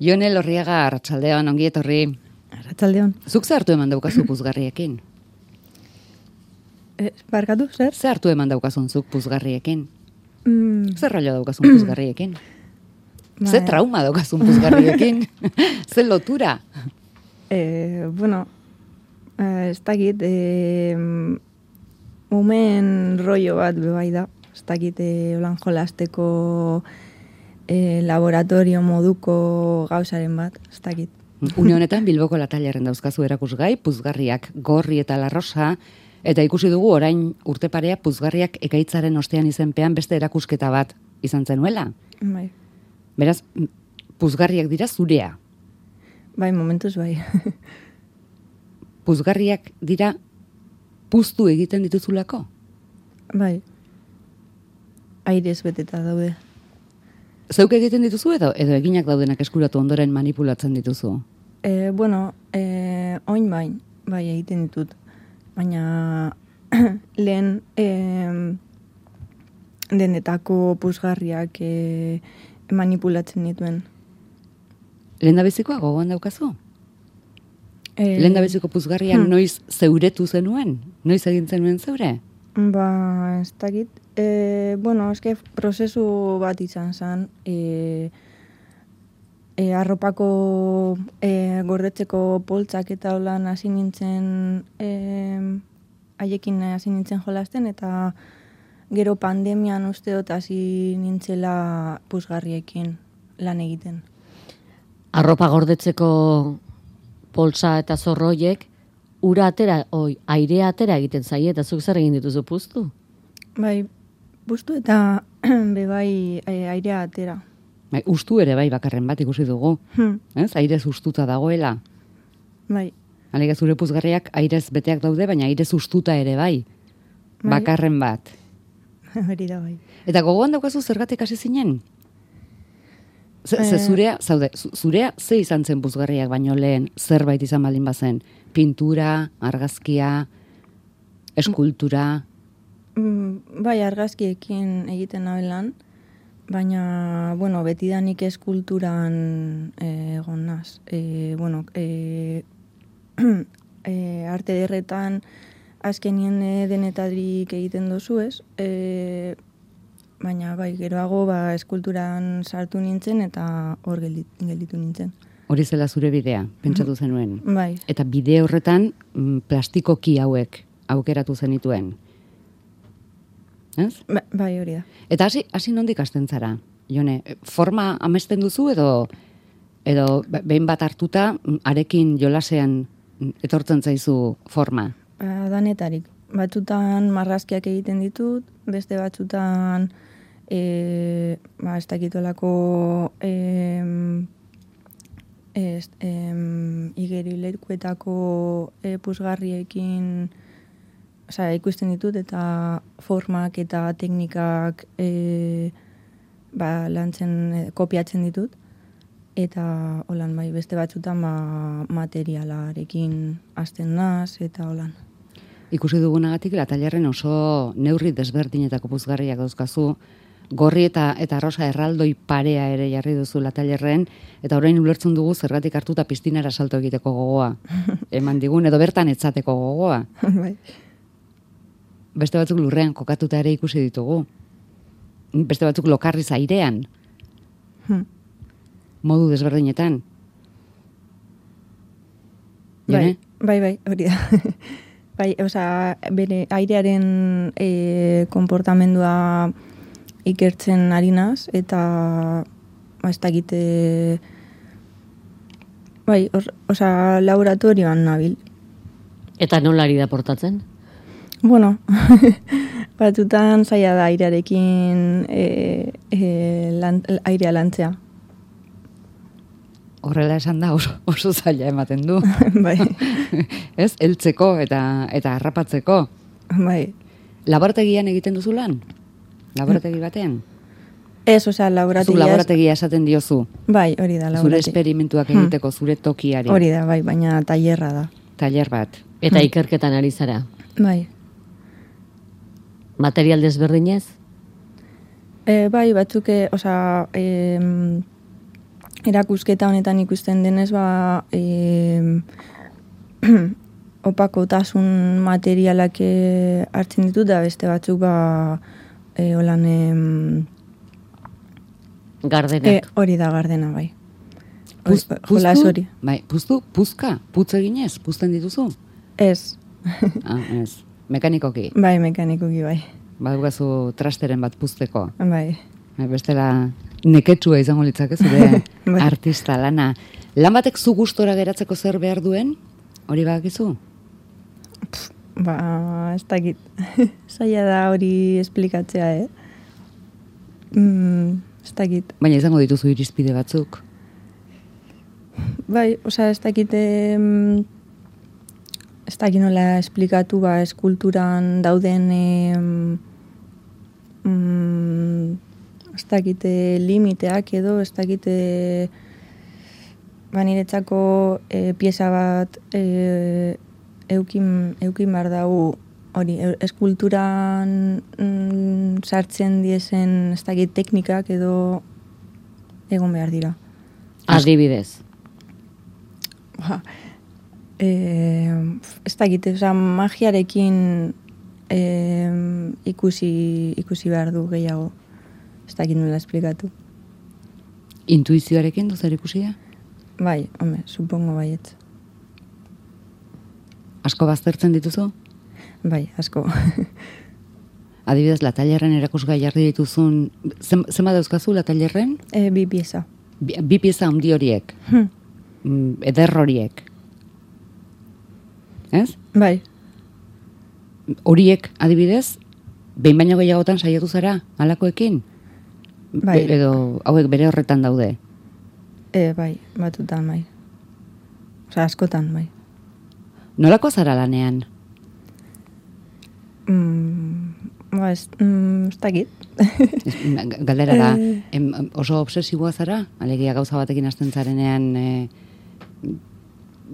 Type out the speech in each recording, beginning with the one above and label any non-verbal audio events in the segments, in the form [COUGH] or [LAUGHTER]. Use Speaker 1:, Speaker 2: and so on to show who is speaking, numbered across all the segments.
Speaker 1: Jonel Orriaga, arratsaldean ongi etorri.
Speaker 2: Arratzaldeon.
Speaker 1: Zuk ze hartu eman daukazu puzgarriekin?
Speaker 2: Eh, barkatu, zer?
Speaker 1: Ze hartu eman daukazun zuk puzgarriekin?
Speaker 2: Mm,
Speaker 1: Ze rollo daukazun puzgarriekin? Ze
Speaker 2: bai.
Speaker 1: trauma daukazun puzgarriekin? [LAUGHS] ze lotura?
Speaker 2: Eh, bueno, eh, ez dakit, eh, umen rollo bat bebai da. Ez dakit, eh, holan jolasteko eh, laboratorio moduko gauzaren bat, ez dakit.
Speaker 1: Une honetan Bilboko latailaren dauzkazu erakusgai, puzgarriak gorri eta larrosa, eta ikusi dugu orain urte parea puzgarriak ekaitzaren ostean izenpean beste erakusketa bat izan zenuela.
Speaker 2: Bai,
Speaker 1: Beraz, m- puzgarriak dira zurea.
Speaker 2: bai momentuz bai. [LAUGHS]
Speaker 1: Puzgarriak dira puztu egiten dituzulako.
Speaker 2: bai. Airez beteta daude.
Speaker 1: Zeuk egiten dituzu edo, edo eginak daudenak eskuratu ondoren manipulatzen dituzu.
Speaker 2: E, bueno, e, oin bain, bai egiten ditut. Baina [CLEARS THROAT] lehen e, dendetako puzgarriak e, manipulatzen dituen.
Speaker 1: Lenda bezikoa gogoan daukazu?
Speaker 2: E,
Speaker 1: Lenda beziko puzgarria
Speaker 2: hmm.
Speaker 1: noiz zeuretu zenuen? Noiz egin zenuen zeure?
Speaker 2: Ba, ez dakit. E, bueno, eske prozesu bat izan zen. E, e, arropako e, gordetzeko poltsak eta holan hasi nintzen e, haiekin hasi nintzen jolasten eta gero pandemian uste dut hasi nintzela puzgarriekin lan egiten.
Speaker 3: Arropa gordetzeko poltsa eta zorroiek, ura atera, oi, airea atera egiten zaie, eta zuk zer egin dituzu puztu?
Speaker 2: Bai, bustu eta [CLEARS THROAT] bebai e, airea atera. [CLEARS THROAT]
Speaker 1: Bai, ustu ere bai bakarren bat ikusi dugu.
Speaker 2: Hm,
Speaker 1: Ez, airez ustuta dagoela.
Speaker 2: bai, [LAUGHS]
Speaker 1: Alega zure puzgarriak airez beteak daude, baina airez ustuta ere bai.
Speaker 2: Bai.
Speaker 1: Bakarren bat.
Speaker 2: hori da bai.
Speaker 1: Eta gogoan daukazu zergatik hasi zinen? Ze, ze
Speaker 2: Eh.
Speaker 1: zurea, zaude, zu- zurea ze izan zen puzgarriak baino lehen zerbait izan baldin bazen? Pintura, argazkia, eskultura,
Speaker 2: Mm, bai, argazkiekin egiten nabelan, baina, bueno, betidanik eskulturan eh, egon naz. Eh, bueno, eh, [CLEARS THROAT] eh, arte derretan azkenien eh, denetarik egiten dozu ez, eh, baina bai, geroago ba, eskulturan sartu nintzen eta hor geldi- gelditu nintzen.
Speaker 1: hori zela zure bidea, pentsatu zenuen.
Speaker 2: Bai,
Speaker 1: Eta bide horretan mm, plastikoki hauek aukeratu zenituen. Ez?
Speaker 2: ba- bai hori da.
Speaker 1: Eta hasi, hasi nondik hasten zara, Jone? Forma amesten duzu edo edo be- behin bat hartuta mm, arekin jolasean mm, etortzen zaizu forma.
Speaker 2: Ba, danetarik. Batzutan marrazkiak egiten ditut, beste batzutan e, ba, ez dakitolako em, ez, em, igerileikuetako e, puzgarriekin osea, ikusten ditut eta formak eta teknikak e, ba, lantzen, e, kopiatzen ditut. Eta holan bai, beste batzutan ba, materialarekin hasten naz eta holan.
Speaker 1: Ikusi dugunagatik latailarren oso neurri desberdinetako puzgarriak dauzkazu. Gorri eta eta rosa erraldoi parea ere jarri duzu latailerren eta orain ulertzen dugu zergatik hartuta piztinara salto egiteko gogoa. Eman digun edo bertan etzateko gogoa.
Speaker 2: [LAUGHS] bai.
Speaker 1: Beste batzuk lurrean kokatuta ere ikusi ditugu. Beste batzuk lokarriz airean,
Speaker 2: Hm.
Speaker 1: modu desberdinetan.
Speaker 2: Bai,
Speaker 1: Jone?
Speaker 2: bai, bai, hori da. [LAUGHS] bai, osea, bere airearen e, konportamendua ikertzen ari naz, eta ba, ez dakite... Bai, or, osea, laboratorioan nabil.
Speaker 3: Eta nola ari da portatzen?
Speaker 2: Bueno, [LAUGHS] batzutan zaila da airearekin e, e, lan, airea lantzea.
Speaker 1: Horrela esan da oso, oso zaila ematen
Speaker 2: [LAUGHS]
Speaker 1: du.
Speaker 2: bai,
Speaker 1: Ez, heltzeko eta eta harrapatzeko.
Speaker 2: bai.
Speaker 1: Laborategian egiten duzu lan? Laborategi batean?
Speaker 2: Ez, osea,
Speaker 1: Zu
Speaker 2: laborategia... Hmm. ez-
Speaker 1: laborategia esaten diozu.
Speaker 2: Bai, hori da,
Speaker 1: Zure
Speaker 2: laborategia.
Speaker 1: esperimentuak egiteko, zure tokiari.
Speaker 2: Hmm. Hori da, bai, baina tailerra da.
Speaker 1: Tailer bat.
Speaker 3: Eta ikerketan ari zara.
Speaker 2: Bai.
Speaker 3: Material desberdinez?
Speaker 2: E, bai, batzuk, e, osea, e, erakusketa honetan ikusten denez, ba, e, [CLEARS THROAT] opakotasun materialak eh, hartzen ditu, da beste batzuk, ba, e, holan, em,
Speaker 3: Gardenak.
Speaker 2: e, hori da gardena, bai.
Speaker 1: Puz,
Speaker 2: Hori-
Speaker 1: puztu,
Speaker 2: jolas hori.
Speaker 1: bai, puztu, puzka, putz eginez, puzten dituzu?
Speaker 2: [LAUGHS] Ez,
Speaker 1: ah, ez, mekanikoki,
Speaker 2: bai, mekanikuki, bai.
Speaker 1: badugazu trasteren bat puzteko.
Speaker 2: Bai,
Speaker 1: Eh, Bestela, neketsua izango litzak ez, zure
Speaker 2: Bai.
Speaker 1: artista lana. Lan batek zu gustora geratzeko zer behar duen, hori badakizu?
Speaker 2: ba, ez dakit. [LAUGHS] Zaila da hori esplikatzea, eh? Mm, ez dakit.
Speaker 1: Baina izango dituzu irizpide batzuk.
Speaker 2: Bai, osea, ez dakit, em, ez dakit nola esplikatu, ba, eskulturan dauden, em, mm, ez dakit, eh, limiteak edo, ez dakit, eh, ba, niretzako eh, pieza bat eh, eukin, eukin behar dau, hori, e- eskulturan mm, sartzen diezen, ez dakit, teknikak edo egon behar dira.
Speaker 3: Adibidez.
Speaker 2: Ba, e, ez dakit, oza, magiarekin e, ikusi, ikusi behar du gehiago. Ez dakit nola esplikatu.
Speaker 1: Intuizioarekin du zer ikusia?
Speaker 2: Bai, home, supongo bai, baietz.
Speaker 1: Asko baztertzen dituzu?
Speaker 2: Bai, asko. [LAUGHS]
Speaker 1: Adibidez, latailerren erakusgai jarri dituzun, zen, zenba dauzkazu latailerren?
Speaker 2: e, bi pieza.
Speaker 1: Bi, bi pieza handi horiek,
Speaker 2: Hm,
Speaker 1: mm, eder horiek. Ez?
Speaker 2: bai,
Speaker 1: Horiek, adibidez, behin baino gehiagotan saiatu zara, halakoekin?
Speaker 2: Bai.
Speaker 1: Be- edo, hauek bere horretan daude.
Speaker 2: e, bai, batutan, bai. Osa, askotan, bai.
Speaker 1: Nolako zara lanean?
Speaker 2: Mm, ba, ez, mm, ez dakit.
Speaker 1: Ez, ga- Galdera da,
Speaker 2: Eh.
Speaker 1: em, oso obsesiboa zara? Alegia gauza batekin hasten zarenean... eh,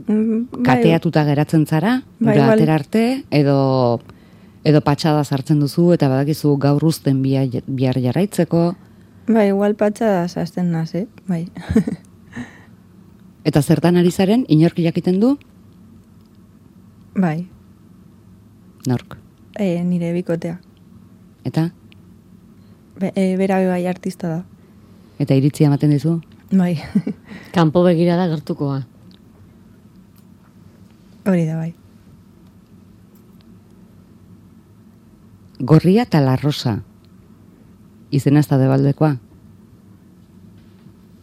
Speaker 2: Mm, bai,
Speaker 1: kateatuta geratzen zara, ura
Speaker 2: Bai, igual.
Speaker 1: atera arte, edo edo patxada sartzen duzu eta badakizu gaur uzten bia- bihar jarraitzeko
Speaker 2: [LAUGHS] Bai, igual patxa zazten naz, eh? Bai. [LAUGHS]
Speaker 1: eta zertan ari zaren inork jakiten du
Speaker 2: bai,
Speaker 1: nork
Speaker 2: e, nire bikotea.
Speaker 1: eta
Speaker 2: Be, e, bera be bai artista da.
Speaker 1: eta iritzia ematen dizu
Speaker 2: Bai, [LAUGHS]
Speaker 3: Kanpo begira da gertukoa.
Speaker 2: hori da bai.
Speaker 1: gorria eta la rosa izena ez da debaldekoa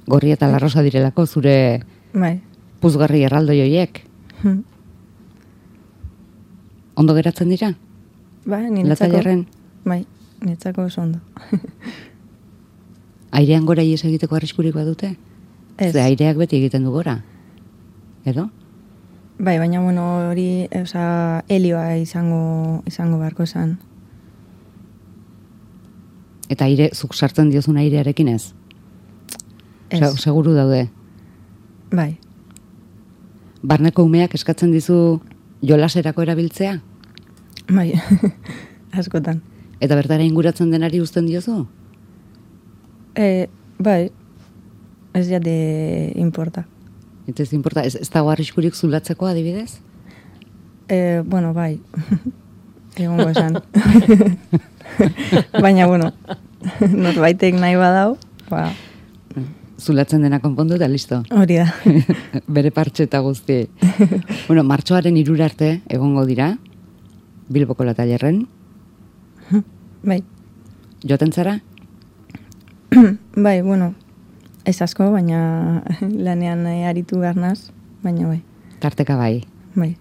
Speaker 1: gorria eta la rosa direlako zure
Speaker 2: Bai.
Speaker 1: puzgarri erraldoi horiek
Speaker 2: Hm.
Speaker 1: ondo geratzen dira
Speaker 2: Ba, niretzako.
Speaker 1: latailarren
Speaker 2: Bai, niretzako oso ondo. [LAUGHS]
Speaker 1: airean gora ies egiteko arriskurik badute
Speaker 2: Ez.
Speaker 1: Ze aireak beti egiten du gora. Edo?
Speaker 2: Bai, baina bueno, hori, eh, osea, helioa izango izango barko esan.
Speaker 1: Eta aire, zuk sartzen diozun airearekin ez.
Speaker 2: Ez.
Speaker 1: Se- seguru daude.
Speaker 2: Bai.
Speaker 1: Barneko umeak eskatzen dizu jolaserako erabiltzea?
Speaker 2: Bai. [LAUGHS] Askotan.
Speaker 1: Eta bertara inguratzen denari uzten diozu?
Speaker 2: E, bai. Ez jate importa.
Speaker 1: Eta ez importa, ez, ez dago arriskurik zulatzeko adibidez?
Speaker 2: E, bueno, bai. Egongo esan. [LAUGHS] baina bueno, [LAUGHS] norbaitek nahi badau, ba,
Speaker 1: Zulatzen dena konpondu eta listo. [LAUGHS]
Speaker 2: hori da.
Speaker 1: Bere partxe eta
Speaker 2: [LAUGHS]
Speaker 1: guzti. bueno, martxoaren irura arte egongo dira, Bilboko latailerren.
Speaker 2: bai.
Speaker 1: Joaten zara?
Speaker 2: bai, bueno, ez asko, baina [LAUGHS] lanean eh, aritu behar naz, baina bai,
Speaker 1: Tarteka bai.
Speaker 2: bai.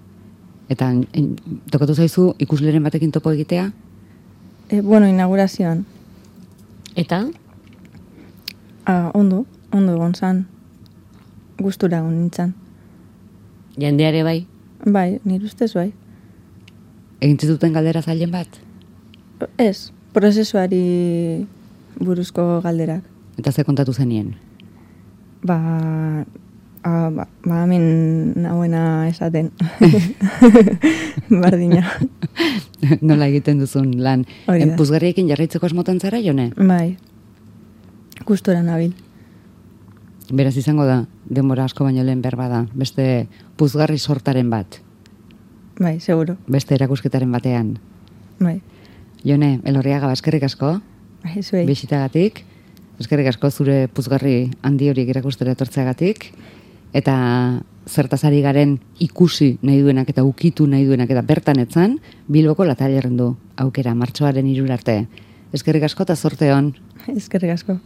Speaker 1: Eta en, tokatu zaizu ikusleren batekin topo egitea?
Speaker 2: E, bueno, inaugurazioan,
Speaker 3: Eta?
Speaker 2: ah, ondo, ondo egon zan, gustura egon nintzen.
Speaker 3: Jendeare bai.
Speaker 2: Bai, nire ustez bai.
Speaker 1: Egin zituten galdera zailen bat?
Speaker 2: Ez, prozesuari buruzko galderak.
Speaker 1: Eta ze kontatu zenien? [LAUGHS]
Speaker 2: Ba, a, ba, ba hemen nagoena esaten. Bardina.
Speaker 1: Nola egiten duzun lan.
Speaker 2: Hori da.
Speaker 1: Puzgarriekin jarraitzeko asmotan zara, jone?
Speaker 2: Bai, gustora nabil.
Speaker 1: Beraz izango da, denbora asko baino lehen berba da, beste puzgarri sortaren bat,
Speaker 2: Bai, seguro.
Speaker 1: beste erakusketaren batean.
Speaker 2: Bai.
Speaker 1: Jone, elorriaga, eskerrik asko,
Speaker 2: Bai, zuei.
Speaker 1: bisitagatik, eskerrik asko zure puzgarri handi horiek erakustera etortzeagatik, eta zertazari garen ikusi nahi duenak eta ukitu nahi duenak eta bertan etzan, Bilboko latailerren du aukera martxoaren irurarte. Eskerrik asko eta zorte hon.
Speaker 2: Eskerrik asko.